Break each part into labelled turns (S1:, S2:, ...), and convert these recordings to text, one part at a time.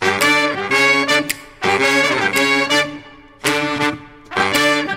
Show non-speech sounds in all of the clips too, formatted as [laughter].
S1: [laughs]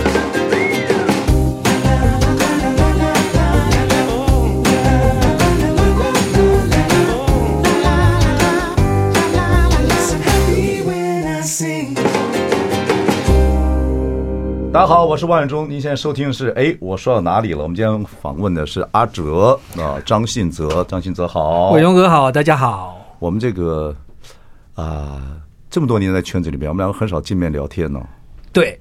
S1: 大家好，我是万永忠，您现在收听的是哎，我说到哪里了？我们今天访问的是阿哲啊、张信哲，张信哲好
S2: 伟。忠哥好，大家好。
S1: 我们这个啊、这么多年在圈子里面，我们两个很少见面聊天呢、
S2: 对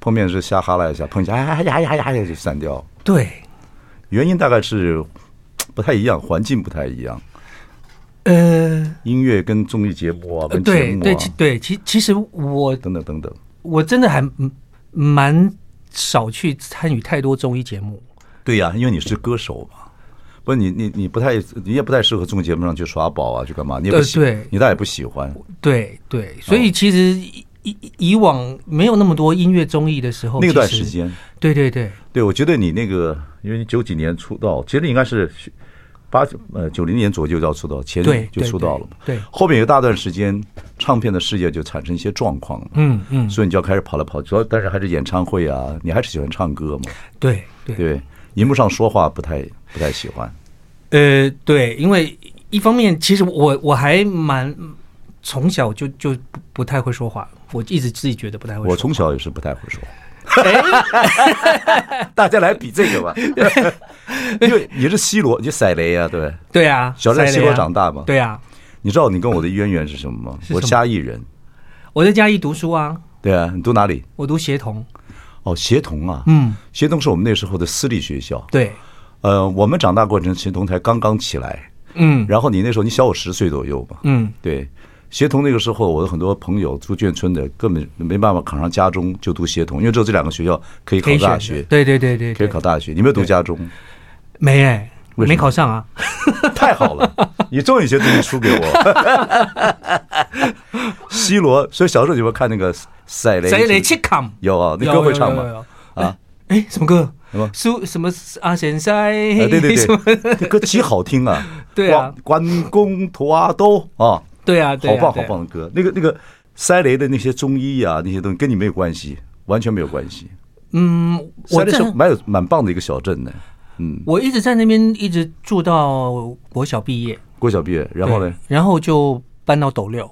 S1: 碰面是瞎哈拉一下，碰一下哎呀呀呀呀就散掉。
S2: 对，
S1: 原因大概是不太一样，环境不太一样，
S2: 呃，
S1: 音乐跟综艺节目啊，跟节
S2: 对
S1: 目
S2: 呃对
S1: 啊
S2: 其对，其其实我
S1: 等等等等。
S2: 我真的还嗯蛮少去参与太多综艺节目。
S1: 对呀、因为你是歌手嘛，不是你你你不太，你也不太适合综艺节目上去耍宝啊，去干嘛？你也不
S2: 呃
S1: 喜，
S2: 对哦
S1: 你倒也不喜欢。
S2: 对对，所
S1: 哦
S2: 以其实以以以往没有那么多音乐综艺的时候，
S1: 那段
S2: 其
S1: 时
S2: 实，
S1: 间，
S2: 对对对，
S1: 对我觉得你那个，因为你九几年出道，其实你应该是八呃九零年左右就要出道，前
S2: 对
S1: 就
S2: 对
S1: 出道了嘛。
S2: 对对
S1: 后面有一大段时间，唱片的事业就产生一些状况了。
S2: 嗯嗯，
S1: 所以你就要开始跑来跑去，主要但是还是演唱会啊，你还是喜欢唱歌嘛？
S2: 对对
S1: 对，荧幕上说话不太不太喜欢。
S2: 呃，对，因为一方面，其实我我还蛮从小就就不不太会说话，我一直自己觉得不太会说话。
S1: 我从小也是不太会说话。
S2: 哎
S1: [laughs] 大家来比这个吧， [laughs] 因为你是西罗，你是塞雷啊，对不对？
S2: 对啊，
S1: 小时候在
S2: 塞
S1: 西
S2: 雷
S1: 罗
S2: 啊
S1: 长大嘛
S2: 对啊，
S1: 你知道你跟我的渊源是什么吗？
S2: 什
S1: 我
S2: 么
S1: 嘉义人，
S2: 我在嘉义读书啊，
S1: 对啊，你读哪里？
S2: 我读协同，
S1: 哦，协同啊，
S2: 嗯，
S1: 协同是我们那时候的私立学校。
S2: 对，
S1: 呃，我们长大过程，协同才刚刚起来。
S2: 嗯
S1: 然后你那时候你小我十岁左右吧？
S2: 嗯，
S1: 对，协同那个时候，我的很多朋友住眷村的，根本没办法考上家中，就读协同，因为只有这两个学校可以考
S2: 可以选
S1: 大
S2: 的
S1: 学，
S2: 对对对对，
S1: 可以
S2: 对
S1: 考大学。你没有读家中，
S2: 没哎，
S1: 为什么
S2: 没考上啊，
S1: 太好
S2: [laughs]
S1: 了，你终于些东西输给我。西罗，所以小时候你有没有看那个塞雷？
S2: 谁来去看？
S1: 有啊，那歌会唱
S2: 有
S1: 吗？？
S2: 啊
S1: 啊，
S2: [laughs] 哎，什么歌
S1: 什么？
S2: 苏什么阿贤塞？
S1: 哎，对对
S2: [laughs] 什么
S1: 对，这歌极好听啊！
S2: 对啊
S1: 关，关公托阿兜啊，
S2: 对啊，对
S1: 好
S2: 啊，
S1: 棒好
S2: 对啊
S1: 棒的歌。那个那个塞雷的那些中医啊，那些东西跟你没有关系，完全没有关系。
S2: 嗯，我
S1: 我这
S2: 在
S1: 是蛮有蛮棒的一个小镇呢，
S2: 我一直在那边一直住到国小毕业，
S1: 郭小毕业，然后
S2: 对
S1: 呢，
S2: 然后就搬到斗六，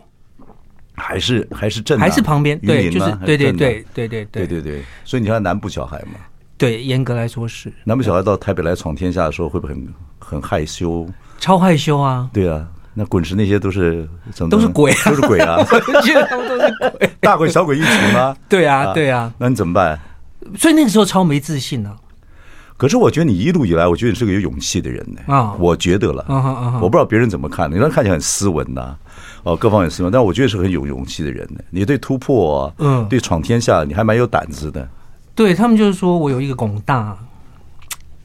S1: 还是还是镇啊、
S2: 还是旁边，
S1: 云林
S2: 对，就是
S1: 啊还
S2: 对对
S1: 镇啊
S2: 对对对
S1: 对对
S2: 对
S1: 对，所以你看南部小孩嘛，
S2: 对，严格来说是
S1: 南部小孩到台北来闯天下的时候，会不会很很害羞？
S2: 超害羞啊， [laughs]
S1: 对啊，那滚石那些都是怎么
S2: 都是鬼啊
S1: 都是鬼
S2: [laughs]
S1: 啊，
S2: 觉得他们都是鬼。
S1: 大鬼小鬼一群啊。
S2: 对啊，对啊，
S1: 那你怎么办？
S2: 所以那个时候超没自信啊。
S1: 可是我觉得你一路以来，我觉得你是个有勇气的人呢。
S2: 啊
S1: 我觉得了，
S2: 嗯哼嗯哼
S1: 我不知道别人怎么看，你那看起来很斯文呐、哦，各方面斯文，但我觉得是很有勇气的人呢。你对突破、啊，
S2: 嗯
S1: 对闯天下，你还蛮有胆子的，
S2: 对他们就是说我有一个拱大，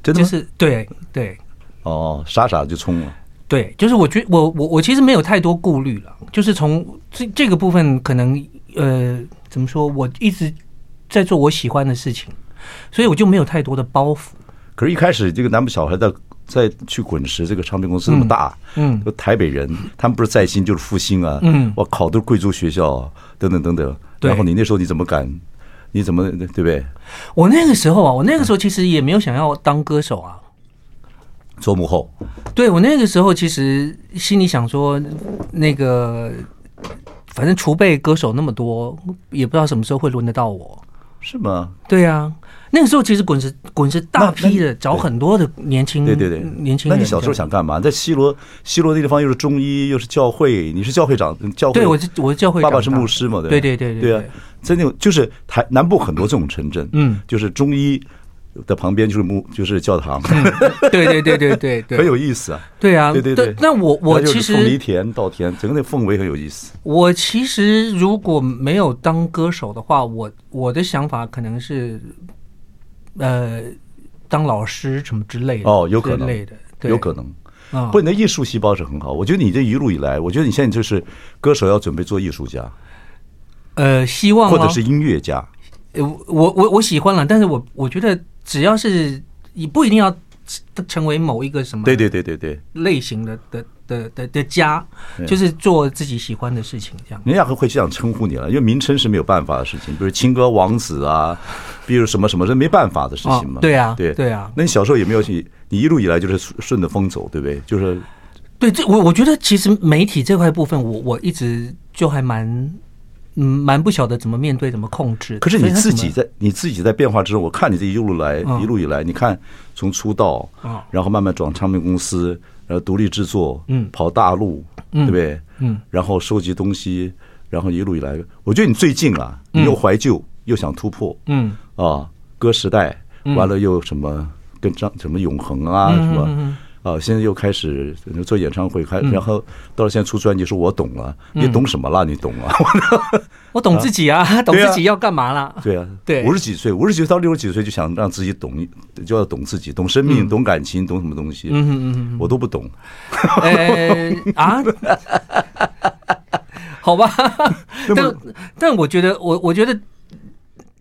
S1: 真的
S2: 就
S1: 吗？
S2: 是对对
S1: 哦，傻傻就冲了。
S2: 对，就是我觉我我我其实没有太多顾虑了，就是从这这个部分可能呃怎么说，我一直在做我喜欢的事情，所以我就没有太多的包袱。
S1: 可是，一开始这个南部小孩在在去滚石这个唱片公司那么大，
S2: 嗯，
S1: 都台北人，他们不是在新就是复兴啊，
S2: 嗯
S1: 我考都是贵族学校、啊，等等等等。
S2: 对
S1: 然后你那时候你怎么敢？你怎么对不对？
S2: 我那个时候啊，我那个时候其实也没有想要当歌手啊。
S1: 做幕后，
S2: 对我那个时候其实心里想说，那个反正储备歌手那么多，也不知道什么时候会轮得到我。
S1: 是吗？
S2: 对啊，那个时候其实滚石滚石大批
S1: 那那
S2: 的找很多的年轻，
S1: 对对对，
S2: 嗯年轻
S1: 那
S2: 人。
S1: 你小时候？想干嘛？在西罗，西罗那地方又是中医，又是教会，你是教会长，教会
S2: 对，我是我是教会
S1: 爸
S2: 长大，
S1: 爸是牧师嘛，对吧
S2: 对对对对
S1: 对啊，在那种就是台南部很多这种城镇，
S2: 嗯，
S1: 就是中医的旁边就是牧就是教堂， [laughs]
S2: 对对对对嗯对
S1: 很 [laughs]
S2: 对，
S1: 有意思啊。
S2: 对啊，
S1: 对对对
S2: 那我我
S1: 它就是
S2: 其实
S1: 凤梨田、稻田，整个那氛围很有意思。
S2: 我其实如果没有当歌手的话，我我的想法可能是，呃，当老师什么之类的
S1: 哦有可能
S2: 之类的，
S1: 有可
S2: 能
S1: 能。
S2: 啊，
S1: 不，你的艺术细胞是很好。我觉得你这一路以来，我觉得你现在就是歌手要准备做艺术家，
S2: 呃，希望
S1: 或
S2: 吗
S1: 者是音乐家。
S2: 呃我我我喜欢了，但是我我觉得只要是你不一定要成为某一个什么
S1: 对对对对对，
S2: 类型的的的的的家，就是做自己喜欢的事情，这样。
S1: 人家会会这样称呼你了，因为名称是没有办法的事情，比如青歌王子啊， [laughs] 比如什么什么，这没办法的事情嘛。
S2: 哦对啊
S1: 对
S2: 对啊
S1: 那你小时候也没有去，你一路以来就是顺顺着风走，对不对？就是
S2: 对，这我我觉得其实媒体这块部分我，我一直就还蛮嗯蛮不晓得怎么面对，怎么控制的。
S1: 可是
S2: 所
S1: 你
S2: 以它
S1: 自
S2: 怎么
S1: 己在你自己在变化之中，我看你这一路来、
S2: 嗯
S1: 一路以来，你看从出道，
S2: 哦
S1: 然后慢慢转唱片公司，然后独立制作，
S2: 嗯
S1: 跑大陆，对不对？
S2: 嗯，
S1: 然后收集东西，然后一路以来，我觉得你最近啊，你又怀旧、又想突破，
S2: 嗯
S1: 啊，歌时代，完了又什么跟张什么永恒啊
S2: 嗯
S1: 什么。啊，现在又开始做演唱会，还
S2: 嗯
S1: 然后到了现在出专辑，说我懂了，你懂什么了？你懂了？
S2: 我懂自己啊， [laughs] 懂
S1: 对啊
S2: 自己要干嘛啦。 [laughs]
S1: 对啊，
S2: 对
S1: 五十几岁，五十几岁到六十几岁就想让自己懂，就要懂自己，懂生
S2: 嗯
S1: 命，懂感情，懂什么东西？嗯嗯嗯，我都不懂。
S2: 呃啊， [laughs] 好吧，但但我觉得我我觉得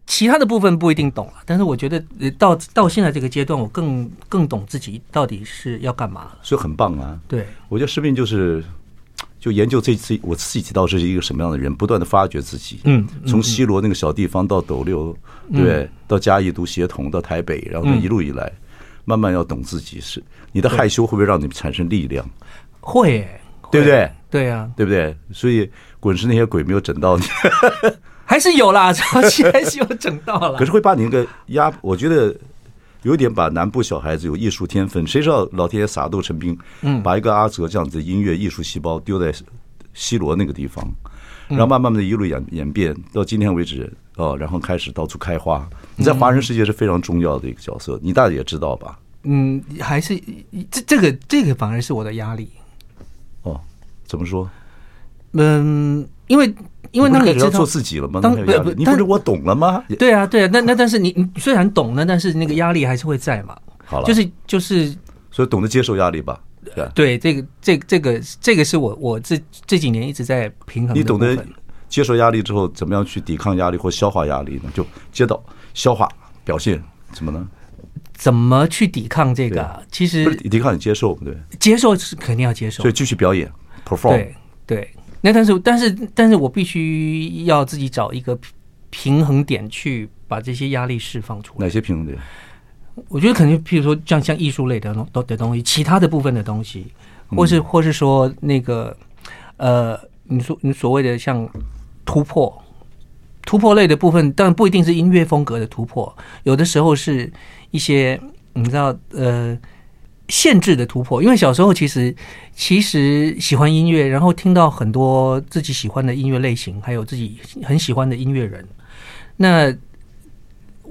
S2: 其他的部分不一定懂了，但是我觉得呃到到现在这个阶段，我更更懂自己到底是要干嘛了。
S1: 所以很棒啊！
S2: 对，
S1: 我觉得生命就是就研究这自己我自己到底是一个什么样的人，不断的发掘自己。
S2: 嗯
S1: 从西罗那个小地方到斗六，对，到嘉义读协同，到台北，然后
S2: 嗯
S1: 一路以来，慢慢要懂自己是你的害羞会不会让你产生力量，
S2: 会耶，
S1: 对不
S2: 会？
S1: 对？
S2: 对啊，
S1: 对不对？所以滚石那些鬼没有整到你，
S2: 还是有啦， [laughs] 早期还是有整到了。
S1: 可是会把你那个压，我觉得有点把南部小孩子有艺术天分，谁知道老天爷撒豆成兵，嗯，把一个阿哲这样子的音乐艺术细胞丢在西罗那个地方，
S2: 嗯
S1: 然后慢慢的一路演演变到今天为止哦，然后开始到处开花。你在华人世界是非常重要的一个角色，你大概也知道吧？
S2: 嗯，还是这这个这个反而是我的压力。
S1: 哦，怎么说？
S2: 嗯，因为因为
S1: 你
S2: 那
S1: 不是开
S2: 个
S1: 始
S2: 知
S1: 要
S2: 道
S1: 做。自己了吗？
S2: 当
S1: 那个压力
S2: 不不
S1: 你不是
S2: 当
S1: 我懂了吗？也
S2: 对啊，对啊，那那但是你你虽然懂了，但是那个压力还是会在嘛。
S1: 好了，
S2: 就是就是
S1: 所以懂得接受压力吧。对吧，
S2: 对这个这个、这个这个是我我这这几年一直在平衡的
S1: 你懂
S2: 部
S1: 得
S2: 分
S1: 接受压力之后，怎么样去抵抗压力或消化压力呢？就接到消化表现怎么呢？
S2: 怎么去抵抗这个啊。其
S1: 不是
S2: 实
S1: 抵抗，你接受对不对？
S2: 接受是肯定要接受
S1: 所以，继续表演 perform
S2: 对对。那但是但是但是我必须要自己找一个平平衡点去把这些压力释放出来。
S1: 哪些平衡点？
S2: 我觉得可能譬如说像像艺术类的东的东西，其他的部分的东西，或是或是说那个呃，你说你所谓的像突破。突破类的部分，但不一定是音乐风格的突破，有的时候是一些你知道呃限制的突破。因为小时候其实其实喜欢音乐，然后听到很多自己喜欢的音乐类型，还有自己很喜欢的音乐人，那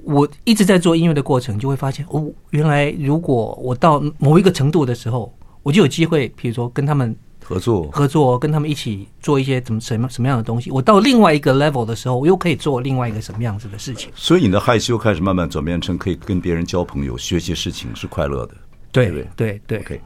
S2: 我一直在做音乐的过程，就会发现哦，原来如果我到某一个程度的时候，我就有机会，比如说跟他们
S1: 合作
S2: 合作，跟他们一起做一些怎么什么什么样的东西。我到另外一个 level 的时候，我又可以做另外一个什么样子的事情。
S1: 所以你的害羞开始慢慢转变成可以跟别人交朋友、学习事情是快乐的。对
S2: 对对对
S1: OK，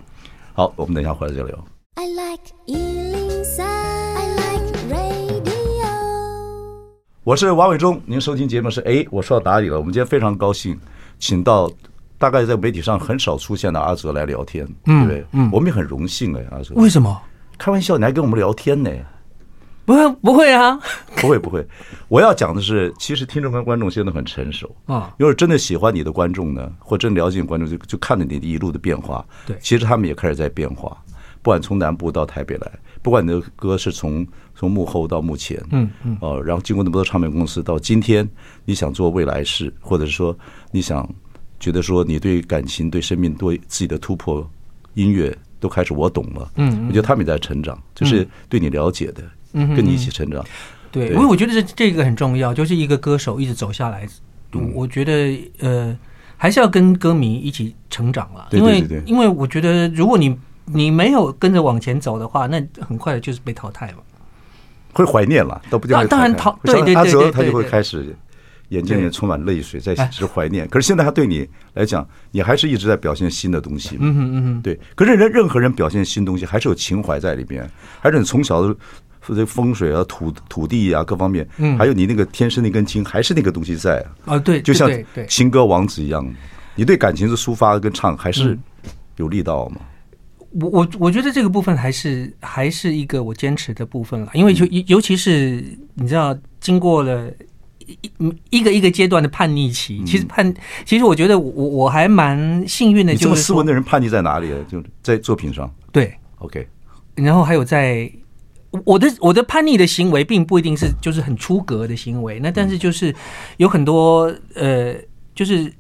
S1: 好，我们等一下回来再聊。
S3: I like Ealing Sound. I like radio.
S1: 我是王伟忠，您收听节目是哎，我说到哪里了？我们今天非常高兴，请到大概在媒体上很少出现的阿哲来聊天，对不对？嗯，我们也很荣幸哎，阿哲。
S2: 为什么？
S1: 开玩笑，你还跟我们聊天呢？
S2: 不会不会啊！
S1: [laughs] 不会不会，我要讲的是，其实听众跟观众现在很成熟
S2: 啊
S1: 要是真的喜欢你的观众呢，或真了解你的观众，就就看着你的一路的变化。
S2: 对
S1: 其实他们也开始在变化，不管从南部到台北来，不管你的歌是从从幕后到幕前，嗯嗯，哦、然后经过那么多唱片公司，到今天你想做未来事，或者是说你想觉得说你对感情、对生命、对自己的突破，音乐都开始我懂了，嗯，我觉得他们也在成长，就是对你了解的，嗯，跟你一起成长。
S2: 对，
S1: 对
S2: 因为我觉得这这个很重要，就是一个歌手一直走下来，我
S1: 嗯
S2: 我觉得呃，还是要跟歌迷一起成长啦。
S1: 对
S2: 因为
S1: 对对对
S2: 因为我觉得如果你你没有跟着往前走的话，那很快就是被淘汰嘛。
S1: 会怀念了，倒不叫
S2: 啊当然
S1: 会
S2: 讨
S1: 怀念
S2: 对对
S1: 像阿
S2: 对
S1: 哲
S2: 对
S1: 他就会
S2: 对哎
S1: 开始眼睛里面充满泪水，在是怀念。可是现在他对你来讲，你还是一直在表现新的东西。
S2: 嗯
S1: 嗯嗯嗯，对。可是人任何人表现新东西，还是有情怀在里边，还是你从小的这风水啊、土土地啊各方面，
S2: 嗯
S1: 还有你那个天生那根筋，还是那个东西在啊，
S2: 啊，对，
S1: 就像
S2: 对对，对
S1: 情歌王子一样，你对感情的抒发跟唱还是
S2: 嗯
S1: 有力道嘛？
S2: 我我我觉得这个部分还是还是一个我坚持的部分了，因为
S1: 嗯
S2: 就尤尤其是你知道，经过了一一一个一个阶段的叛逆
S1: 嗯
S2: 期，其实叛，其实我觉得我我我还蛮幸运的，
S1: 你这
S2: 就
S1: 么
S2: 是
S1: 斯
S2: 说
S1: 文的人叛逆在哪里啊？就在作品上。
S2: 对，
S1: OK，
S2: 然后还有在我的我的叛逆的行为，并不一定是就是很出格的行为，那但是就是有很多呃，就是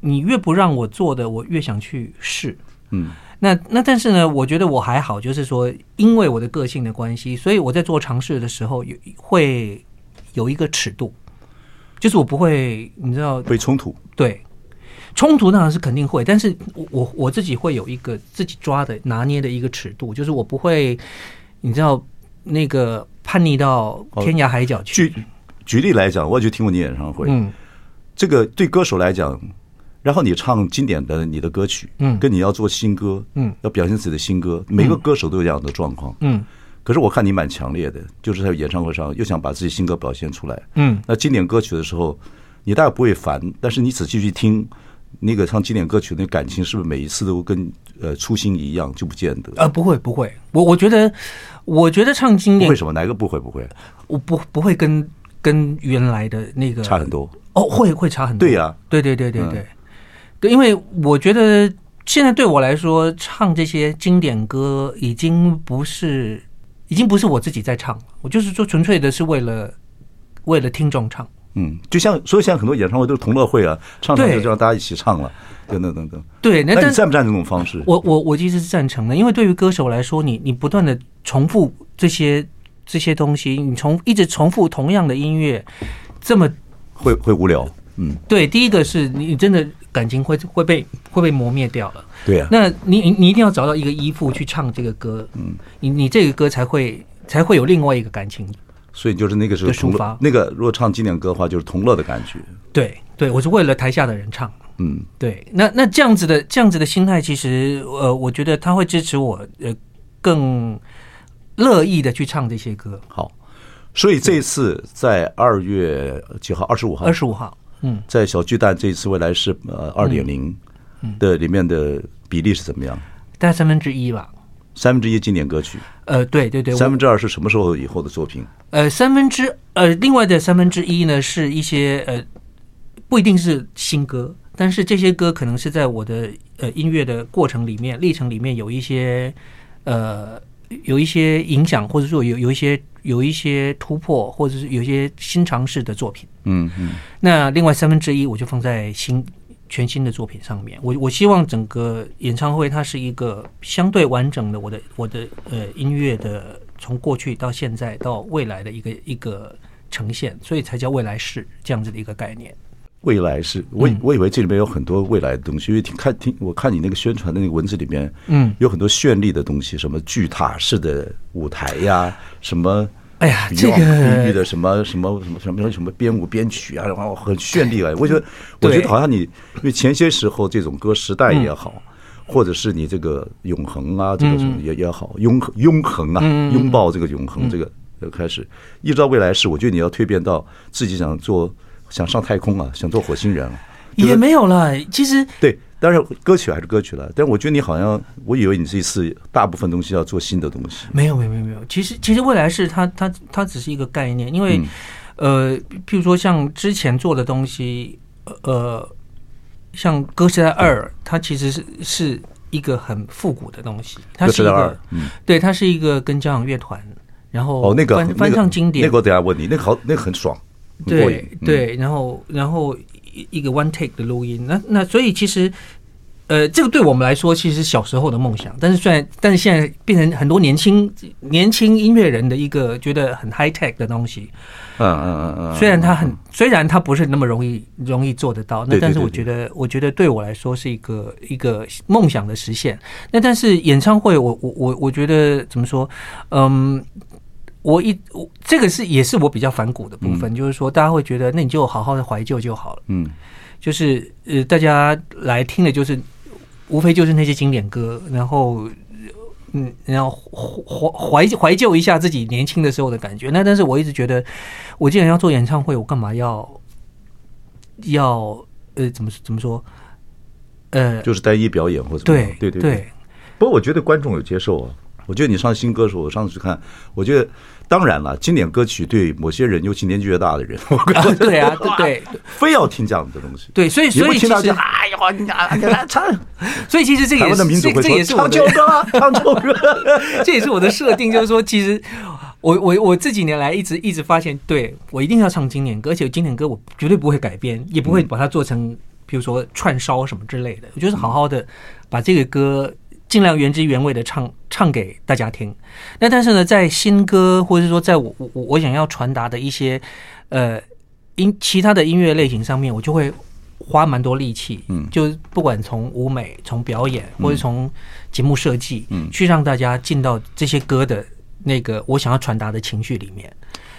S2: 你越不让我做的，我越想去试。
S1: 嗯，
S2: 那那但是呢，我觉得我还好，就是说，因为我的个性的关系，所以我在做尝试的时候有会有一个尺度，就是我不会，你知道，
S1: 被冲突。
S2: 对，冲突当然是肯定会，但是我我我自己会有一个自己抓的拿捏的一个尺度，就是我不会，你知道那个叛逆到
S1: 哦
S2: 天涯海角去，
S1: 举举例来讲，我也去听过你演唱会，
S2: 嗯
S1: 这个对歌手来讲，然后你唱经典的你的歌曲，
S2: 嗯
S1: 跟你要做新歌，
S2: 嗯，
S1: 要表现自己的新歌，每个歌手都有这样的状况。
S2: 嗯
S1: 可是我看你蛮强烈的，就是在演唱会上又想把自己新歌表现出来。
S2: 嗯，
S1: 那经典歌曲的时候，你大概不会烦，但是你仔细去听。那个唱经典歌曲的感情是不是每一次都跟呃初心一样？就不见得。
S2: 呃，不会不会，我我觉得我觉得唱经典
S1: 为什么？哪一个不会？不会
S2: 我不不会跟跟原来的那个
S1: 差很多。
S2: 哦，会会差很多。
S1: 对呀
S2: 对对对对
S1: 嗯
S2: 对，对，因为我觉得现在对我来说，唱这些经典歌已经不是已经不是我自己在唱了，我就是说纯粹的是为了为了听众唱。
S1: 嗯，就像所以现在很多演唱会都是同乐会啊，唱唱就
S2: 对
S1: 让大家一起唱了，等等等等。
S2: 对，那
S1: 那
S2: 但
S1: 你赞不赞成这种方式？
S2: 我我我其实是赞成的，因为对于歌手来说，你你不断的重复这些这些东西，你重一直重复同样的音乐，这么
S1: 会会无聊，嗯，
S2: 对，第一个是你真的感情会会被会被磨灭掉了。
S1: 对啊呀、
S2: 那你你你一定要找到一个依附去唱这个歌，嗯，你你这个歌才会才会有另外一个感情。
S1: 所以就是那个是
S2: 就
S1: 同
S2: 抒
S1: 乐
S2: 发，
S1: 那个如果唱经典歌的话，就是同乐的感觉，
S2: 对对，我是为了台下的人唱。
S1: 嗯，
S2: 对，那那这样子的这样子的心态，其实呃，我觉得他会支持我，呃，更乐意的去唱这些歌。
S1: 好。所以这一次在二月几号？二十五号
S2: 二，十五号，嗯，
S1: 在小巨蛋这一次未来是呃二点零
S2: 嗯
S1: 的里面的比例是怎么样？
S2: 大概三分之一吧。
S1: 三分之一经典歌曲，
S2: 呃，对对对，我
S1: 三分之二是什么时候以后的作品？
S2: 呃，三分之呃，另外的三分之一呢，是一些呃，不一定是新歌，但是这些歌可能是在我的呃音乐的过程里面、历程里面有一些呃有一些影响，或者说有有一些有一些突破，或者是有一些新尝试的作品。
S1: 嗯嗯，
S2: 那另外三分之一我就放在新全新的作品上面。我我希望整个演唱会它是一个相对完整的我的我的呃音乐的从过去到现在到未来的一个一个呈现，所以才叫未来式这样子的一个概念。
S1: 未来是我以我以为这里面有很多未来的东西，因为听看听我看你那个宣传的那个文字里面，
S2: 嗯
S1: 有很多绚丽的东西，什么巨塔式的舞台呀，什么。
S2: 哎呀，这
S1: Beyond 地域
S2: 个
S1: 的什么什么什么什么什么编舞编曲啊，然后很绚丽啊。我觉得，我
S2: 对
S1: 觉得好像你，因为前些时候这种歌时代也好，
S2: 嗯
S1: 或者是你这个永恒啊，这个什么也也好，拥拥恒啊，
S2: 嗯
S1: 拥抱这个永恒这个呃开始，一直到未来是，我觉得你要蜕变到自己想做，想上太空啊，想做火星人啊。
S2: 也没有了。其实
S1: 对，当然歌曲还是歌曲了，但我觉得你好像，我以为你这次大部分东西要做新的东西。
S2: 没有没有没有没有，其实其实未来式它它它只是一个概念，因为、呃，
S1: 嗯
S2: 譬如说像之前做的东西，呃，像《歌时代二》，它其实是是一个很复古的东西，它是
S1: 歌
S2: 一
S1: 时代二
S2: 个，
S1: 嗯
S2: 对，它是一个跟交响乐团，然后
S1: 哦，那个
S2: 翻
S1: 很
S2: 翻
S1: 那个
S2: 唱经典，
S1: 那个我等一下问你，那个好，那个很爽，很过瘾
S2: 对
S1: 嗯
S2: 对，然后然后一一个 one take 的录音，那那所以其实。呃，这个对我们来说，其实小时候的梦想，但是虽然，但是现在变成很多年轻年轻音乐人的一个觉得很 high tech 的东西。
S1: 嗯嗯嗯嗯，
S2: 虽然它很，虽然它不是那么容易容易做得到，
S1: 对
S2: 那
S1: 对
S2: 但是
S1: 对
S2: 我
S1: 对
S2: 觉得，我觉得对我来说是一个一个梦想的实现。那但是演唱会我，我我我觉得怎么说，嗯。我一我这个是也是我比较反骨的部分，就是说大家会觉得，那你就好好的怀旧就好了。
S1: 嗯
S2: 就是呃，大家来听的就是无非就是那些经典歌，然后呃嗯，然后怀怀怀旧一下自己年轻的时候的感觉。那但是我一直觉得，我既然要做演唱会，我干嘛要要呃怎么怎么说？呃，
S1: 就是单一表演或者怎么样
S2: 对
S1: 对
S2: 对
S1: 对。不过我觉得观众有接受啊。我觉得你上新歌手，我上次去看，我觉得当然了，经典歌曲对某些人，尤其年纪越大的人， [laughs] 我
S2: 啊对啊对对
S1: 非要听这样的东西。
S2: 对，所以
S1: 你
S2: 所
S1: 不
S2: 以其
S1: 听到就
S2: 实
S1: 哎呀，你
S2: [laughs]
S1: 啊，你来唱
S2: 所以其实这个
S1: 台
S2: 也
S1: 湾的民
S2: 是
S1: 族
S2: 这
S1: 会
S2: 这也
S1: 说
S2: 是我
S1: 唱
S2: 的
S1: 旧歌啊，唱旧
S2: [laughs]
S1: 歌。
S2: 这也是我的设定，就是说，其实我我我这几年来一直一直发现，对我一定要唱经典歌，而且经典歌我绝对不会改编，也不会把它做成比如说串烧什么之类的，我就是好好的把这个歌尽量原汁原味的唱唱给大家听。那但是呢，在新歌或者是说在我我我我想要传达的一些呃音其他的音乐类型上面，我就会。花蛮多力气，
S1: 嗯
S2: 就是不管从舞美、从表演，或者从节目设计，
S1: 嗯
S2: 去让大家进到这些歌的那个我想要传达的情绪里面。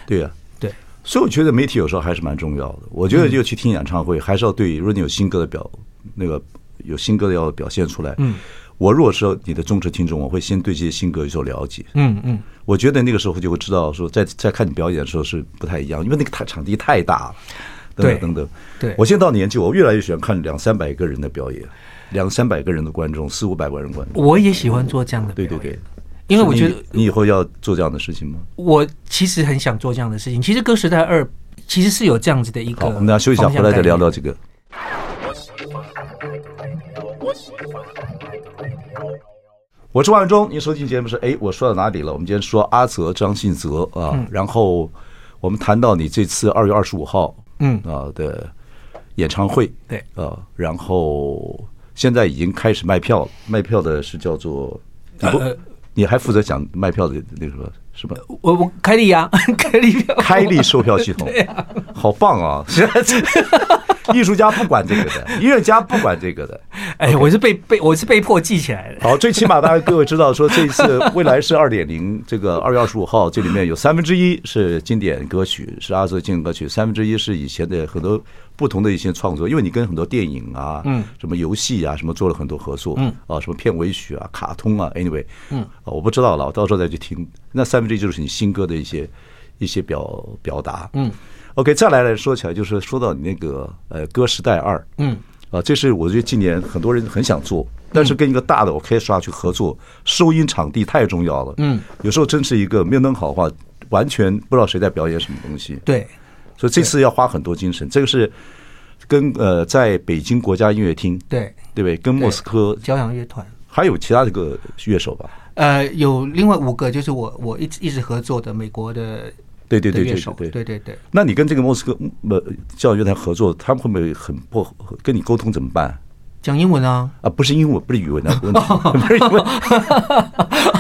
S1: 对啊呀、
S2: 对，
S1: 所以我觉得媒体有时候还是蛮重要的。我觉得就去听演唱会，还是要对，如果你有新歌的表，那个有新歌的要表现出来。
S2: 嗯，
S1: 我如果是你的忠实听众，我会先对这些新歌有所了解。
S2: 嗯嗯，
S1: 我觉得那个时候就会知道说在，在看你表演的时候是不太一样，因为那个太场地太大了，等等
S2: 对
S1: 等等。
S2: 对
S1: 我现在到年纪，我越来越喜欢看两三百个人的表演，两三百个人的观众，四五百万人观众。
S2: 我也喜欢做这样的表
S1: 对
S2: 演，
S1: 对对，
S2: 因为我觉得
S1: 是你你以后要做这样的事情吗？
S2: 我其实很想做这样的事情。其实《歌时代二》其实是有这样子的一个
S1: 好，我
S2: 方向概念，
S1: 们大家休息一下，回来再聊聊这个。我是万忠，您收听节目是哎，我说到哪里了？我们今天说阿泽、张信哲啊，
S2: 嗯
S1: 然后我们谈到你这次二月二十五号
S2: 嗯，
S1: 啊的演唱会，
S2: 对
S1: 啊，然后现在已经开始卖票了，卖票的是叫做你不
S2: 呃，
S1: 你还负责讲卖票的那个什么什么
S2: 我我开立啊， [laughs] 开立票，
S1: 开立售票系统，好棒啊！ [laughs] 艺术家不管这个的，音乐家不管这个的。
S2: 哎，我是被被我是被迫记起来的。
S1: 好，最起码大家各位知道说，这一次未来是二点零，这个 [laughs] 二月二十五号，这里面有三分之一是经典歌曲，是阿瑟经典歌曲，三分之一是以前的很多不同的一些创作，因为你跟很多电影啊，
S2: 嗯，
S1: 什么游戏啊，什么做了很多合作，
S2: 嗯，
S1: 啊，什么片尾曲啊、卡通啊，anyway，嗯、我不知道了，我到时候再去听。那三分之一就是你新歌的一些一些表表达，
S2: 嗯
S1: ，OK，再来来说起来，就是说到你那个呃歌时代二，
S2: 嗯，
S1: 啊，这是我觉得今年很多人很想做，但是跟一个大的 orchestra 去合作，收音场地太重要了。
S2: 嗯，
S1: 有时候真是一个没有弄好的话，完全不知道谁在表演什么东西。，
S2: 对，
S1: 所以这次要花很多精神。这个是跟呃，在北京国家音乐厅，
S2: 对
S1: 对不对？跟莫斯科
S2: 交响乐团。
S1: 还有其他这个乐手吧？
S2: 呃，有另外五个，就是我我一直一直合作的美国的
S1: 对对对
S2: 的乐
S1: 对
S2: 手
S1: 对
S2: 对对对。
S1: 那你跟这个莫斯科呃交响乐团合作，他们会不会很不跟你沟通怎么办？
S2: 讲英文啊！
S1: 啊，不是英文，不是语文的问题，不是英文。
S2: [laughs]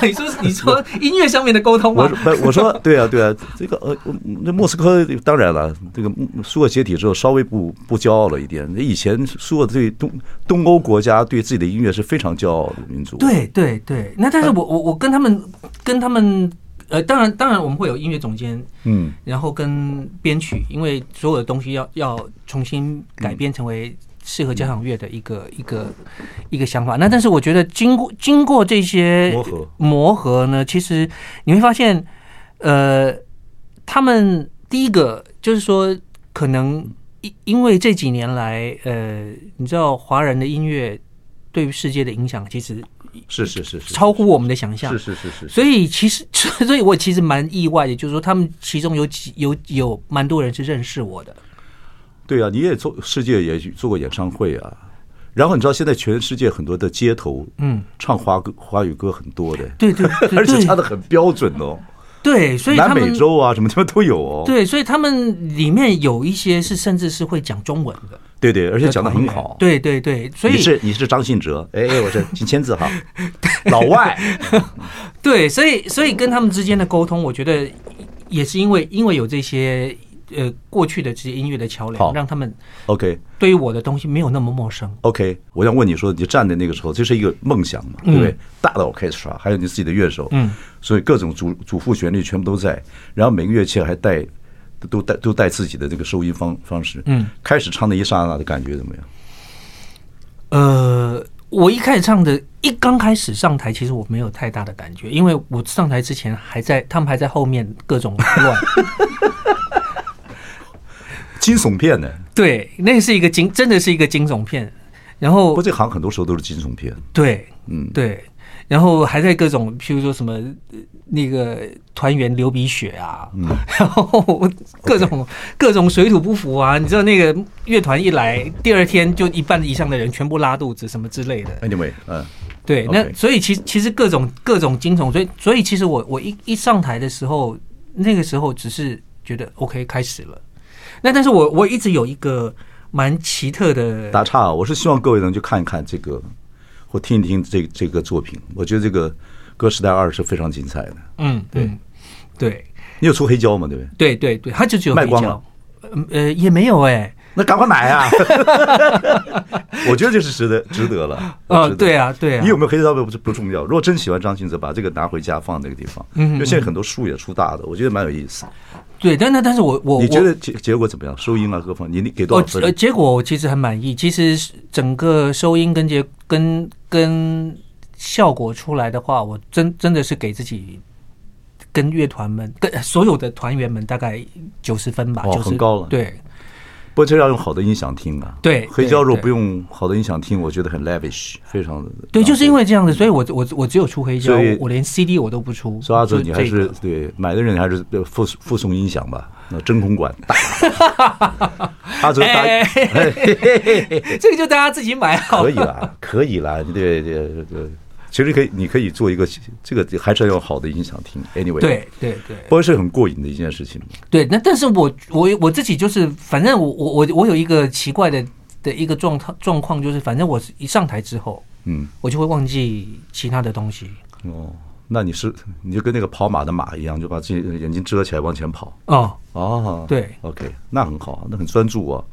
S2: 你说你说音乐上面的沟通
S1: 我
S2: 吗
S1: 说？不，我说对啊，对啊，这个呃，嗯那莫斯科当然了，这个嗯苏俄解体之后稍微不不骄傲了一点。那以前苏俄对东东欧国家对自己的音乐是非常骄傲的民族，
S2: 对对对，那但是我我我跟他们跟他们呃，当然当然我们会有音乐总监，
S1: 嗯，
S2: 然后跟编曲，因为所有的东西要要重新改编成为适合交响乐的一个一个一个想法。那但是我觉得经过经过这些
S1: 磨合
S2: 磨合呢，其实你会发现，呃，他们第一个就是说，可能因因为这几年来，呃，你知道华人的音乐对于世界的影响，其实
S1: 是是是是，
S2: 超乎我们的想象
S1: 是。是是是是，
S2: 所以其实， [laughs] 所以我其实蛮意外的，就是说他们其中有几有有蛮多人是认识我的，
S1: 对啊，你也做世界也做过演唱会啊，然后你知道现在全世界很多的街头，
S2: 嗯，
S1: 唱华歌华语歌很多的，
S2: 对 [laughs] 对对
S1: 而且唱
S2: 对
S1: 的很标准哦，
S2: 对，所以他
S1: 南
S2: 们
S1: 美洲啊什么地方都有哦，
S2: 对，所以他们里面有一些是甚至是会讲中文的，
S1: 对对，而且讲的很好，
S2: 对对对，所以
S1: 你是你是张信哲，哎哎，我
S2: [laughs]
S1: 是金签字哈，老外，
S2: 对，所以所以跟他们之间的沟通，我觉得也是因为因为有这些呃过去的这些音乐的桥
S1: 好
S2: 梁，让他们
S1: OK
S2: 对于我的东西没有那么陌生。
S1: OK，我想问你说，你站的那个时候，这是一个梦想嘛，对不对？大的 orchestra，还有你自己的乐手，
S2: 嗯，
S1: 所以各种主主副旋律全部都在，然后每个乐器还带都带都带自己的这个收音方方式，
S2: 嗯，
S1: 开始唱的一刹那的感觉怎么样？
S2: 呃，我一开始唱的，一刚开始上台，其实我没有太大的感觉，因为我上台之前还在，他们还在后面各
S1: [laughs]
S2: 种乱。
S1: 惊悚片呢？
S2: 对，那是一个惊，真的是一个惊悚片。然
S1: 不
S2: 后
S1: 过这行很多时候都是惊悚片。
S2: 对
S1: 嗯，
S2: 对，然后还在各种，譬如说什么呃那个团员流鼻血啊，
S1: 嗯
S2: 然后各种各种水土不服啊。你知道那个乐团一来，第二天就一半以上的人全部拉肚子什么之类的。
S1: Anyway，嗯，
S2: 对，那
S1: OK
S2: 所以其其实各种各种惊悚，所以所以其实我我一一上台的时候，那个时候只是觉得 OK 开始了。那但是我我一直有一个蛮奇特的，
S1: 打岔啊，我是希望各位能去看一看这个，或听一听这这个作品。我觉得这个《歌时代二》是非常精彩的。
S2: 嗯，对、嗯、对
S1: 你有出黑胶吗？对不对？
S2: 对对对，它就只有
S1: 卖
S2: 黑
S1: 光
S2: 胶
S1: 了，
S2: 嗯呃也没有哎、
S1: 那赶快买
S2: [laughs]
S1: 啊！我觉得这是值得值得了。
S2: 呃
S1: 值得
S2: 对啊对啊，
S1: 你有没有黑胶不不重要。如果真喜欢张信哲，把这个拿回家放那个地方。
S2: 嗯嗯
S1: 因为现在很多书也出大的，我觉得蛮有意思。
S2: 对，但但但是我我
S1: 你觉
S2: 我
S1: 得结结果怎么样？收音啊，各方面你你给多
S2: 哦
S1: 少分
S2: 呃？结果我其实很满意，其实是整个收音跟结跟跟效果出来的话，我真真的是给自己跟乐团们跟所有的团员们大概九十分吧，
S1: 哦
S2: 九十、
S1: 很高了
S2: 对
S1: 不过这要用好的音响听啊。
S2: 对
S1: 黑胶如果
S2: 对对
S1: 不用好的音响听，我觉得很 lavish，非常的。啊
S2: 对，就是因为这样子，所以我我我只有出黑胶
S1: 嗯所以，
S2: 我连 CD 我都不出。
S1: 所以阿哲，
S2: 就
S1: 你还
S2: 这
S1: 是
S2: 个
S1: 对买的人还是呃附附送音响吧，那真空管
S2: [laughs]
S1: 大。阿哲大
S2: 哎 [laughs] 这个就大家自己买好
S1: 可
S2: 了
S1: 以。啦，可以啦，对对对对，其实可以，你可以做一个这个还是要用好的音响听。Anyway，
S2: 对，对对
S1: 不过是很过瘾的一件事情。
S2: 对，那但是我我我自己就是，反正我我我我有一个奇怪的的一个状态状况，就是反正我一上台之后，
S1: 嗯，
S2: 我就会忘记其他的东西。
S1: 哦，那你是你就跟那个跑马的马一样，就把自己眼睛遮起来往前跑。
S2: 哦，
S1: 哦，
S2: 对
S1: ，OK，那很好，那很专注啊，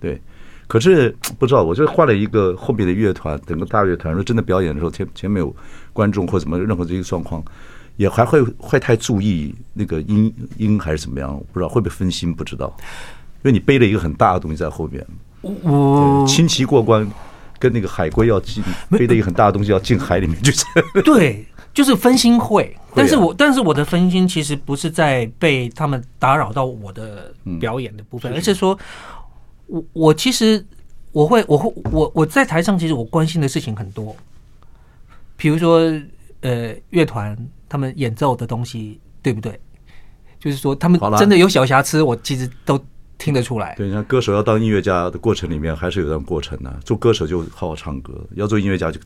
S1: 对。可是不知道，我就换了一个后面的乐团，整个大乐团，如果真的表演的时候，前前面有观众或什么任何这些状况，也还会会太注意那个音音还是怎么样，不知道会不会分心，不知道，因为你背了一个很大的东西在后面，
S2: 我
S1: 轻骑过关，跟那个海龟要进背着一个很大的东西要进海里面去，就是
S2: [laughs] 对，就是分心会，啊但是我、但是我的分心其实不是在被他们打扰到我的表演的部分，而是说我我其实我会我会我我在台上其实我关心的事情很多，比如说呃乐团他们演奏的东西对不对？就是说他们
S1: 好啦
S2: 真的有小瑕疵，我其实都听得出来。
S1: 对，你看歌手要当音乐家的过程里面，还是有段过程的、做歌手就好好唱歌，要做音乐家就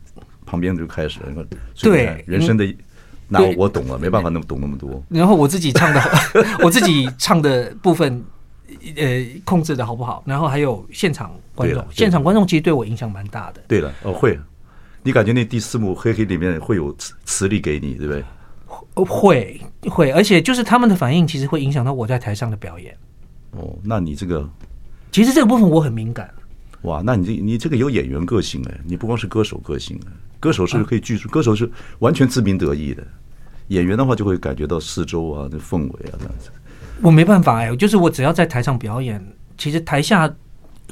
S1: 旁边就开始了。那所以
S2: 对
S1: 你看人生的那
S2: 对
S1: 我懂了，没办法那么懂那么多。
S2: 然后我自己唱的， [laughs] 我自己唱的部分，呃，控制的好不好？然后还有现场观
S1: 对
S2: 众
S1: 了，对
S2: 现场观众其实对我影响蛮大的，
S1: 对了，哦会，你感觉那第四幕黑黑里面会有磁磁力给你，对不对？
S2: 呃会会，而且就是他们的反应，其实会影响到我在台上的表演。
S1: 哦，那你这个
S2: 其实这个部分我很敏感，
S1: 哇，那你这你这个有演员个性哎，你不光是歌手个性哎，歌手是可以剧，歌手是完全自鸣得意的，演员的话就会感觉到四周啊那氛围啊这样子。
S2: 我没办法哎，就是我只要在台上表演，其实台下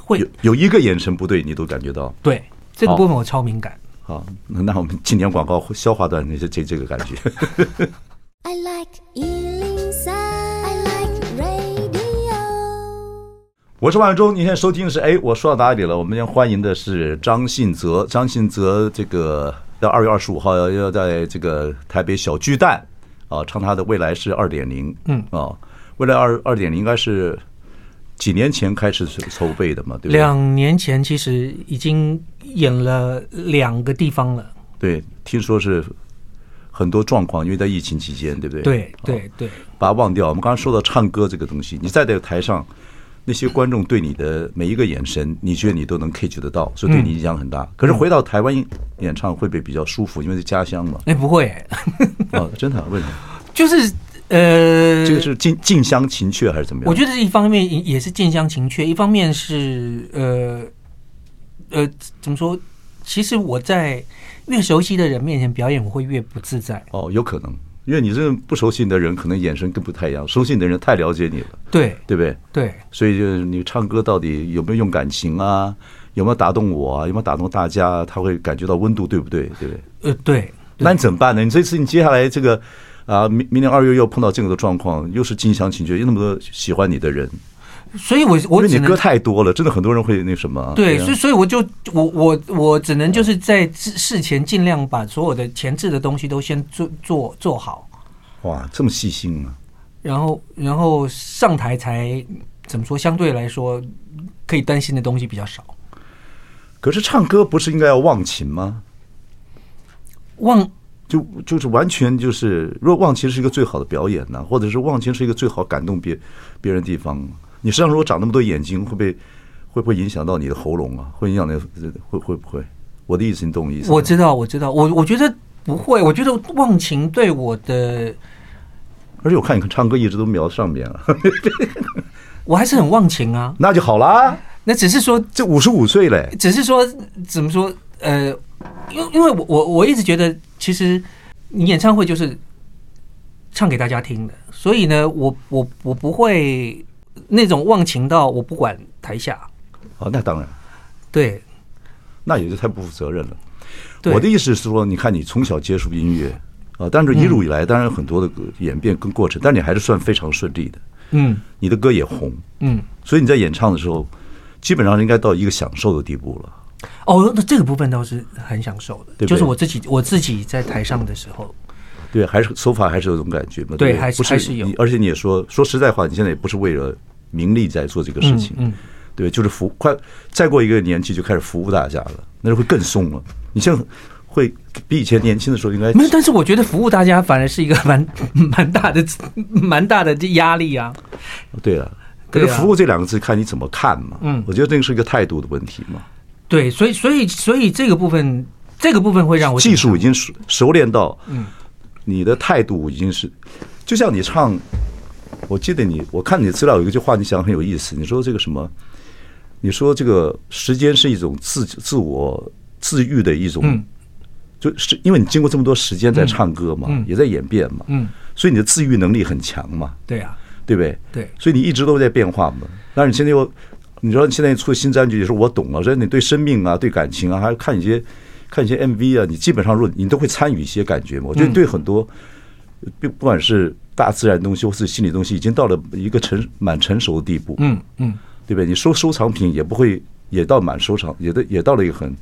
S2: 会
S1: 有有一个眼神不对，你都感觉到。
S2: 对这个
S1: 好
S2: 部分我超敏感。
S1: 好，那那我们今年广告消化段那些这这个感觉。
S3: I like Ealing Sound. I like radio.
S1: 我是万永忠，您现在收听的是哎，我说到哪里了？我们今天欢迎的是张信哲，张信哲这个到二月二十五号要要在这个台北小巨蛋啊唱他的《未来是二点零》，
S2: 嗯
S1: 啊，未来二二点零应该是几年前开始筹备的嘛，对不对？
S2: 两年前其实已经演了两个地方了，
S1: 对，听说是很多状况，因为在疫情期间，对不对？
S2: 对
S1: 啊
S2: 对对，
S1: 把它忘掉。我们刚刚说到唱歌这个东西，你在这个台上，那些观众对你的每一个眼神，你觉得你都能 catch 得到，所以对你影响很大。
S2: 嗯，
S1: 可是回到台湾演唱会不会比较舒服？因为是家乡嘛
S2: 哎不会哎，
S1: 啊，真的啊、为什么？
S2: 就是呃，
S1: 这个是近近乡情怯还是怎么样？
S2: 我觉得一方面也也是近乡情怯，一方面是呃呃怎么说？其实我在越熟悉的人面前表演，我会越不自在。
S1: 哦，有可能，因为你这不熟悉你的人，可能眼神更不太一样；熟悉你的人太了解你了，
S2: 对
S1: 对不对？
S2: 对，
S1: 所以就是你唱歌到底有没有用感情啊？有没有打动我啊？有没有打动大家啊？他会感觉到温度，对不对？对不对？
S2: 呃，对，
S1: 那你怎么办呢？你这次你接下来这个啊，明明年二月又碰到这个的状况，又是金乡情怯，又那么多喜欢你的人，
S2: 所以我
S1: 因
S2: 我
S1: 为你
S2: 只
S1: 歌
S2: 能
S1: 太多了，真的很多人会那什么啊。
S2: 对，
S1: 啊
S2: 所以所以我就我我我只能就是在事事前尽量把所有的前置的东西都先做做做好，
S1: 哇，这么细心啊！
S2: 然后然后上台才怎么说？相对来说，可以担心的东西比较少。
S1: 可是唱歌不是应该要忘情吗？
S2: 忘
S1: 就就是完全就是，如果忘情是一个最好的表演呢、或者是忘情是一个最好感动别别人的地方。你身上如果长那么多眼睛，会不会会不会影响到你的喉咙啊？会影响到会会不会？我的意思你懂我意思吗？
S2: 我知道，我知道，我我觉得不会，我觉得忘情对我的，
S1: 而且我看你唱歌一直都瞄上面了，
S2: 我还是很忘情啊。
S1: 那就好啦。
S2: 那只是说，
S1: 这五十五岁嘞，
S2: 只是说怎么说？呃，因为因为我我我一直觉得，其实你演唱会就是唱给大家听的，所以呢，我我我不会那种忘情到我不管台下，呃
S1: 哦，那当然，
S2: 对
S1: 那也就太不负责任了。
S2: 对，
S1: 我的意思是说，你看你从小接触音乐啊，但是一路以
S2: 嗯
S1: 来，当然有很多的演变跟过程，但你还是算非常顺利的，
S2: 嗯
S1: 你的歌也红，
S2: 嗯。
S1: 所以你在演唱的时候，基本上应该到一个享受的地步了。
S2: 哦，那这个部分倒是很享受的，
S1: 对不对
S2: 就是我自己我自己在台上的时候，
S1: 对，还是手法还是有这种感觉嘛？
S2: 对
S1: 不
S2: 还是
S1: 不是
S2: 还是有
S1: 你而且你也说说实在话，你现在也不是为了名利在做这个事情，
S2: 嗯嗯
S1: 对，就是服快再过一个年纪就开始服务大家了，那就会更松了。你现在会比以前年轻的时候应该
S2: 没有，但是我觉得服务大家反而是一个 [laughs] 蛮蛮大的蛮大的压力啊。
S1: 对了。可是
S2: 对啊
S1: 服务这两个字，看你怎么看嘛。
S2: 嗯
S1: 我觉得这个是一个态度的问题嘛。
S2: 对，所以所以所以这个部分这个部分会让我
S1: 技术已经熟熟练到，
S2: 嗯
S1: 你的态度已经是，就像你唱，我记得你，我看你的资料有一句话，你讲得很有意思，你说这个什么？你说这个时间是一种自自我自愈的一种，
S2: 嗯
S1: 就是因为你经过这么多时间在唱歌嘛，也在演变嘛，
S2: 嗯
S1: 所以你的自愈能力很强嘛，
S2: 对啊，
S1: 对不对？
S2: 对
S1: 所以你一直都在变化嘛。但是你现在又，你知道你现在出新专辑，也是我懂了，所以你对生命啊、对感情啊，还有看一些看一些 MV 啊，你基本上若你都会参与一些感觉
S2: 嗯
S1: 嘛。我觉得对很多，不不管是大自然的东西或是心理东西，已经到了一个成蛮成熟的地步，
S2: 嗯嗯，
S1: 对不对？你收收藏品也不会也到满收藏，也到也到了一个很。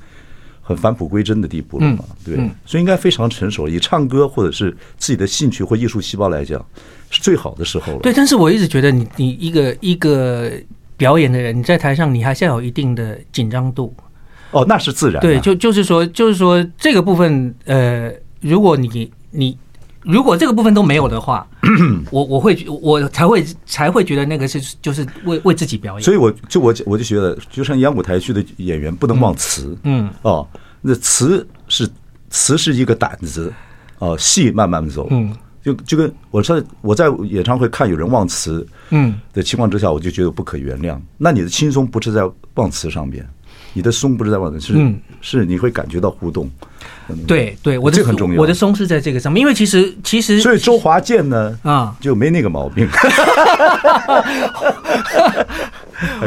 S1: 很返璞归真的地步了
S2: 嗯
S1: 嘛，对不对，所以应该非常成熟。以唱歌或者是自己的兴趣或艺术细胞来讲，是最好的时候了。
S2: 对。但是我一直觉得你你一个一个表演的人，你在台上你还是要有一定的紧张度。
S1: 哦，那是自然啊、
S2: 对，就就是说就是说这个部分，呃，如果你你。如果这个部分都没有
S1: [clears throat]
S2: 的话，我我会我才会才会觉得那个是就是为为自己表演。
S1: 所以我就我我就觉得，就像演舞台剧的演员不能忘词，
S2: 嗯
S1: 哦，那词是词是一个胆子，哦，戏慢慢走，
S2: 嗯，
S1: 就就跟我在我在演唱会看有人忘词
S2: 嗯，
S1: 的情况之下，我就觉得不可原谅。那你的轻松不是在忘词上面，你的松不是在忘词，是、
S2: 嗯
S1: 是你会感觉到互动。嗯
S2: 对对，我的
S1: 这个很重要
S2: 我的松是在这个上面，因为其实其实
S1: 所以周华健呢，
S2: 啊
S1: 就没那个毛
S2: [laughs]
S1: 病。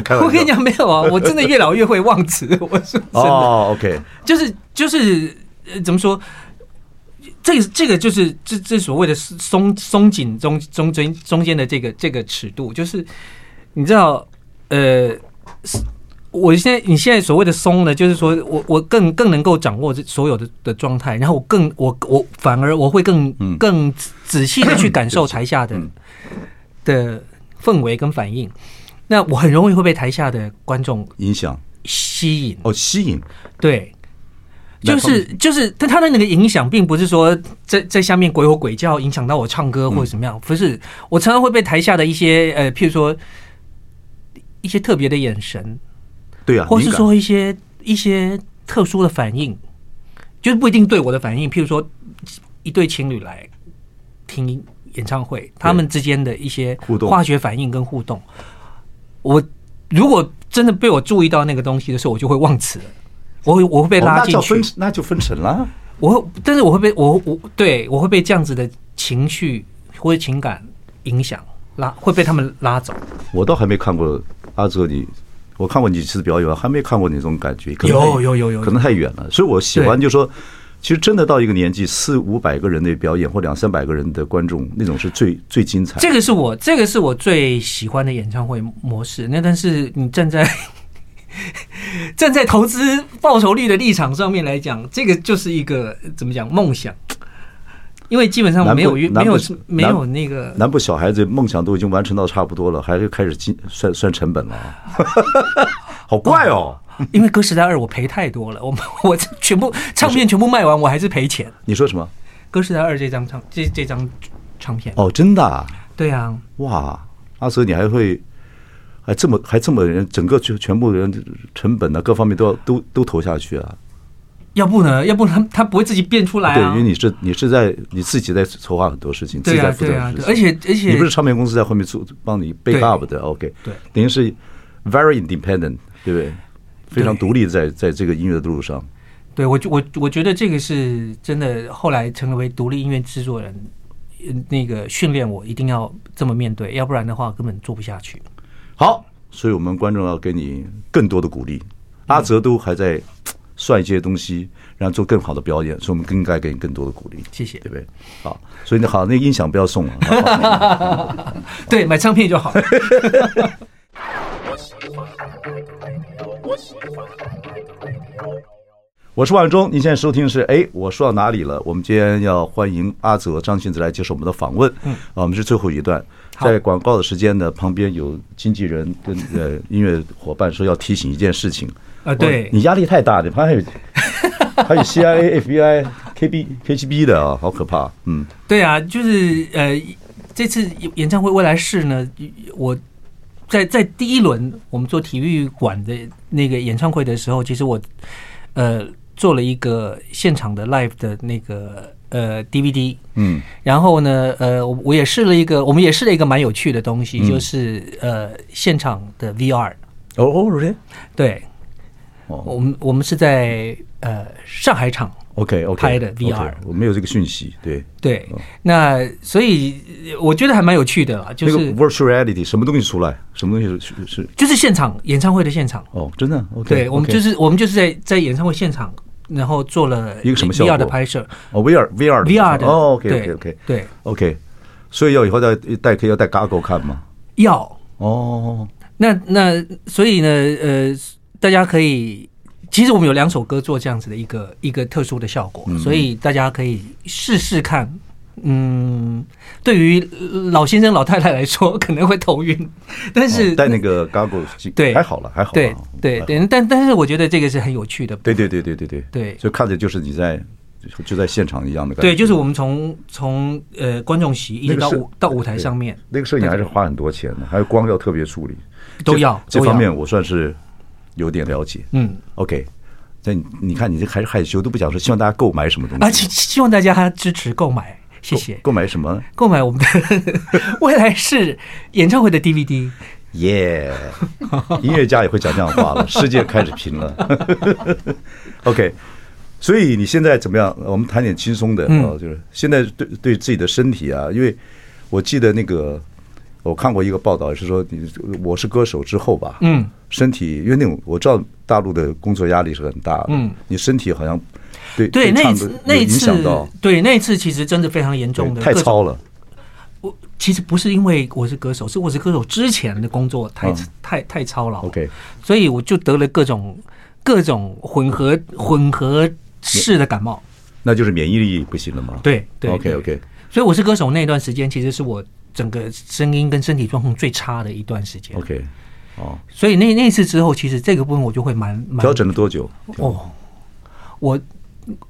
S1: 开玩笑
S2: 我跟你讲没有啊，我真的越老越会忘词，我是真的，
S1: 哦，OK，
S2: 就是就是、呃怎么说？这个这个就是这这所谓的松松紧中中间中间的这个这个尺度，就是你知道，呃，是我现在你现在所谓的松呢，就是说我我更更能够掌握这所有的的状态，然后我更我我反而我会更
S1: 嗯
S2: 更仔细的去
S1: [coughs]
S2: 感受台下的
S1: 嗯
S2: 的氛围跟反应，那我很容易会被台下的观众
S1: 影响
S2: 吸引，
S1: 哦，吸引
S2: 对，
S1: 那
S2: 就
S1: 他们
S2: 是就是，但他的那个影响，并不是说在在下面鬼吼鬼叫影响到我唱歌
S1: 嗯
S2: 或者怎么样，不是。我常常会被台下的一些呃，譬如说一些特别的眼神，
S1: 对啊，
S2: 或是
S1: 敏感
S2: 说一些一些特殊的反应，就是不一定对我的反应。譬如说一对情侣来听演唱会，他们之间的一些
S1: 互动
S2: 化学反应跟互动，我如果真的被我注意到那个东西的时候，我就会忘词了。我会我会被
S1: 哦
S2: 拉
S1: 那
S2: 进
S1: 叫
S2: 去，
S1: 分，那就分成了。啊
S2: 我会，但是我会被我我对我会被这样子的情绪或者情感影响，拉会被他们拉走。
S1: 我倒还没看过阿哲你，我看过你几次表演，还没看过你这种感觉。可能
S2: 有
S1: 太
S2: 有有有
S1: 可能太远了。所以我喜欢
S2: 对
S1: 就说，其实真的到一个年纪，四五百个人的表演或两三百个人的观众，那种是最最精彩。
S2: 这个是我这个是我最喜欢的演唱会模式。那但是你站在 [laughs] 站在投资报酬率的立场上面来讲，这个就是一个怎么讲梦想，因为基本上
S1: 难不
S2: 没有运没
S1: 难
S2: 有
S1: 不
S2: 没有那个
S1: 南部小孩子梦想都已经完成到差不多了，还是开始计算算成本了啊， [laughs] 好怪哦！
S2: 因为《歌时代二》我赔太多了，我 [laughs] 们我全部唱片全部卖完，我还是赔钱。《
S1: 你说什么？
S2: 歌时代二》这张唱这这张唱片，
S1: 哦，真的、啊、
S2: 对啊，
S1: 哇！阿哲，你还会还这么还这么人，整个全全部人成本呢、啊各方面都要都都投下去啊？
S2: 要不呢，要不然他他不会自己变出来
S1: 对，
S2: 啊
S1: 因为。你是你是在你自己在筹划很多事情，自己
S2: 对
S1: 在
S2: 啊，
S1: 负责
S2: 对啊，
S1: 很
S2: 对
S1: 多
S2: 而
S1: 事情。
S2: 且而且
S1: 你不是唱片公司在后面做帮你 back
S2: 对
S1: up 的，OK？
S2: 对
S1: 等于是 very independent，对不对？非常独立在在这个音乐的路上。
S2: 对我我我觉得这个是真的，后来成为独立音乐制作人，呃那个训练我一定要这么面对，要不然的话根本做不下去。
S1: 好，所以我们观众要给你更多的鼓励。阿哲都还在算一些东西，然后做更好的表演，所以我们更应该给你更多的鼓励，
S2: 谢谢
S1: 对。不对？好，所以你好，那个音响不要送
S2: [laughs]
S1: 了。好好好
S2: 对，买唱片就好。
S1: 我是万忠，您现在收听的是哎，我说到哪里了？我们今天要欢迎阿泽、张信哲来接受我们的访问。嗯，啊，我们是最后一段，
S2: 好
S1: 在广告的时间呢，旁边有经纪人跟呃音乐伙伴说要提醒一件事情。
S2: 啊对
S1: 哇你压力太大了，旁边
S2: [laughs]
S1: 还有还有 CIA、FBI、KB、KGB 的啊，好可怕。嗯，
S2: 对啊，就是呃，这次演唱会未来式呢，我在在第一轮我们做体育馆的那个演唱会的时候，其实我呃做了一个现场的 live 的那个呃 DVD，
S1: 嗯，
S2: 然后呢，呃，我我也试了一个，我们也试了一个蛮有趣的东西，
S1: 嗯
S2: 就是呃现场的 VR，
S1: 哦哦，really？
S2: 对
S1: 哦
S2: 我们我们是在呃上海场。
S1: ，OK OK，
S2: 拍的 VR
S1: 我没有这个讯息，对，
S2: 对，那所以呃我觉得还蛮有趣的啦，就
S1: 嗯那
S2: 是、
S1: 个 virtual reality 什么东西出来，什么东西是是是
S2: 就是现场演唱会的现场。
S1: 哦，真的 OK，
S2: 对，我们
S1: OK
S2: 就是我们就是在在演唱会现场，然后做了
S1: 一个什么效果
S2: VR 的拍摄
S1: 哦，VR VR 的
S2: ，VR 的
S1: 哦，OK
S2: 对
S1: OK OK
S2: 对，
S1: OK，所以要以后再带可以要带 g a g g 看吗？
S2: 要
S1: 哦，
S2: 那那所以呢，呃，大家可以，其实我们有两首歌做这样子的一个一个特殊的效果，
S1: 嗯
S2: 所以大家可以试试看。嗯，对于老先生老太太来说可能会头晕，但是、
S1: 哦带那个 g a g g
S2: 对
S1: 还好了，还好了，啊
S2: 对对
S1: 还好
S2: 对，但但是我觉得这个是很有趣的，
S1: 对对对对对对
S2: 对
S1: 就看着就是你在就就在现场一样的感觉。
S2: 对，就是我们从从呃观众席一
S1: 那
S2: 直
S1: 个
S2: 到
S1: 是
S2: 舞到舞台上面，
S1: 那个摄影还是花很多钱的，还有光要特别处理，
S2: 都
S1: 这
S2: 要
S1: 这
S2: 都要
S1: 方面我算是有点了解。
S2: 嗯
S1: OK，但你看你这还是害羞，都不讲说希望大家购买什么东
S2: 啊，
S1: 西，
S2: 希希望大家支持购买，谢
S1: 购
S2: 谢
S1: 购买什么？
S2: 购买我们的 [laughs] 未来是演唱会的 DVD。
S1: 耶、音乐家也会讲这样的话了，世界开始拼了。OK，所以你现在怎么样？我们谈点轻松的啊、
S2: 嗯
S1: 就是现在对对自己的身体啊，因为我记得那个我看过一个报道，是说你我是歌手之后吧，
S2: 嗯，
S1: 身体因为那种我知道大陆的工作压力是很大的，
S2: 嗯，
S1: 你身体好像对
S2: 对，那一
S1: 唱歌
S2: 次那一
S1: 有影
S2: 次
S1: 响到，
S2: 对那一次其实真的非常严重的
S1: 对太
S2: 各种
S1: 糙了。
S2: 我其实不是因为我是歌手，是我是歌手之前的工作太、
S1: 嗯
S2: 太太操劳
S1: OK，
S2: 所以我就得了各种各种混合混合式的感冒。
S1: 那就是免疫力不行了嘛。
S2: 对对
S1: ，OK
S2: 对
S1: OK，
S2: 所以我是歌手那段时间，其实是我整个声音跟身体状况最差的一段时间。
S1: OK，哦，
S2: 所以那那次之后，其实这个部分我就会蛮蛮
S1: 调整了多久？
S2: 哦，我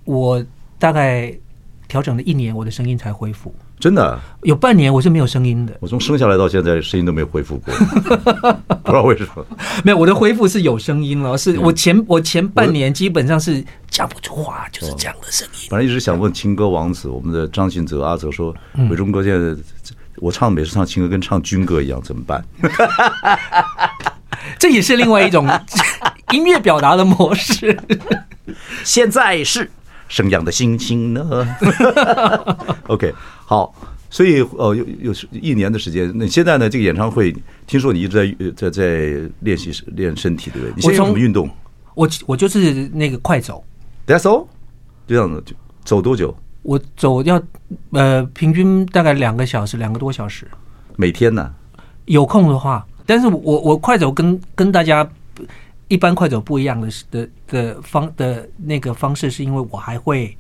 S2: 我大概调整了一年，我的声音才恢复。
S1: 真的，
S2: 有半年我是没有声音的，
S1: 我从生下来到现在声音都没有恢
S2: [laughs]
S1: 复过，不知道为什么。
S2: 没有我的恢复是有声音了，
S1: 嗯
S2: 是我前我前半年基本上是讲不出话，
S1: 哦
S2: 就是这样的声音。
S1: 反正一直想问情歌王子，我们的张信哲、阿哲说，
S2: 嗯
S1: 伟忠哥现在我唱每次唱情歌跟唱军歌一样，怎么办？
S2: 这也是另外一种 [laughs] 音乐表达的模式。
S1: 现在是什么样的心情呢 [laughs] ？OK，好，所以呃，有有一年的时间。那现在呢，这个演唱会，听说你一直在呃在在练习练身体，对不对？你现在有
S2: 从
S1: 什么运动
S2: 我我就是那个快走，
S1: ？That's all，就这样子，就走多久？
S2: 我走要呃平均大概两个小时，两个多小时，
S1: 每天呢？
S2: 有空的话。但是我我快走跟跟大家一般快走不一样的是的的方的那个方式，是因为我还会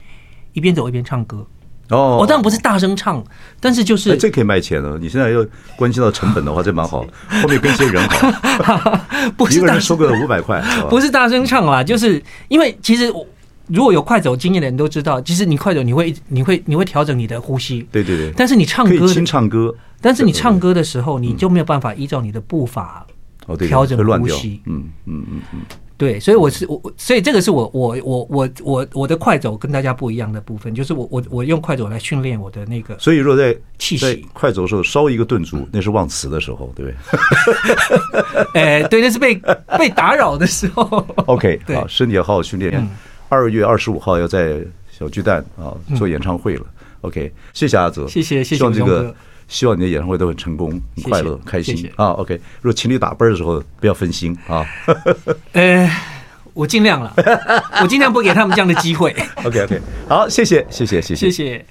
S2: 一边走一边唱歌。
S1: 哦，
S2: 我当然不是大声唱，但是就是、
S1: 哎这可以卖钱了。你现在要关心到成本的话，这蛮
S2: [laughs]
S1: 好。后面跟些人好，
S2: 不
S1: 一
S2: 是
S1: 个
S2: 大
S1: 人收个五百
S2: [laughs]
S1: 块，
S2: 不
S1: 是吧
S2: 是大声唱啦，就是因为其实我如果有快走经验的人都知道，其实你快走你会你会你会调整你的呼吸，
S1: 对对对，
S2: 但是你唱
S1: 可
S2: 歌
S1: 以，轻唱歌。
S2: 但是你唱歌的时候你就没有办法依照你的步伐。
S1: 哦，对，
S2: 调整
S1: 会乱
S2: 呼
S1: 掉
S2: 吸。
S1: 嗯嗯嗯嗯，
S2: 对，所以我是我，我所以这个是我我我我我我的快走跟大家不一样的部分，就是我我我用快走来训练我的那
S1: [laughs]
S2: 个
S1: 所以若在
S2: 气息嗯
S1: 在快走的时候稍一个顿住，那是忘词的时候，对不 [laughs] 对
S2: 哎，对，那是被被打扰的时候。 [laughs]
S1: ？OK，
S2: 对
S1: 好，身体要好好训练
S2: 嗯。
S1: 二月二十五号要在小巨蛋啊做演唱会了。OK，谢谢阿泽，
S2: 谢谢谢谢
S1: 希望这
S2: 吴东
S1: 个
S2: 哥
S1: 希望你的演唱会都很成功、很快乐、开
S2: 谢
S1: 心
S2: 谢
S1: 啊。OK，如果情侣打啵儿的时候不要分心啊。
S2: 呃，我尽量了，我尽量不给他们这样的机会。
S1: OK OK，好，谢谢谢谢谢
S2: 谢谢。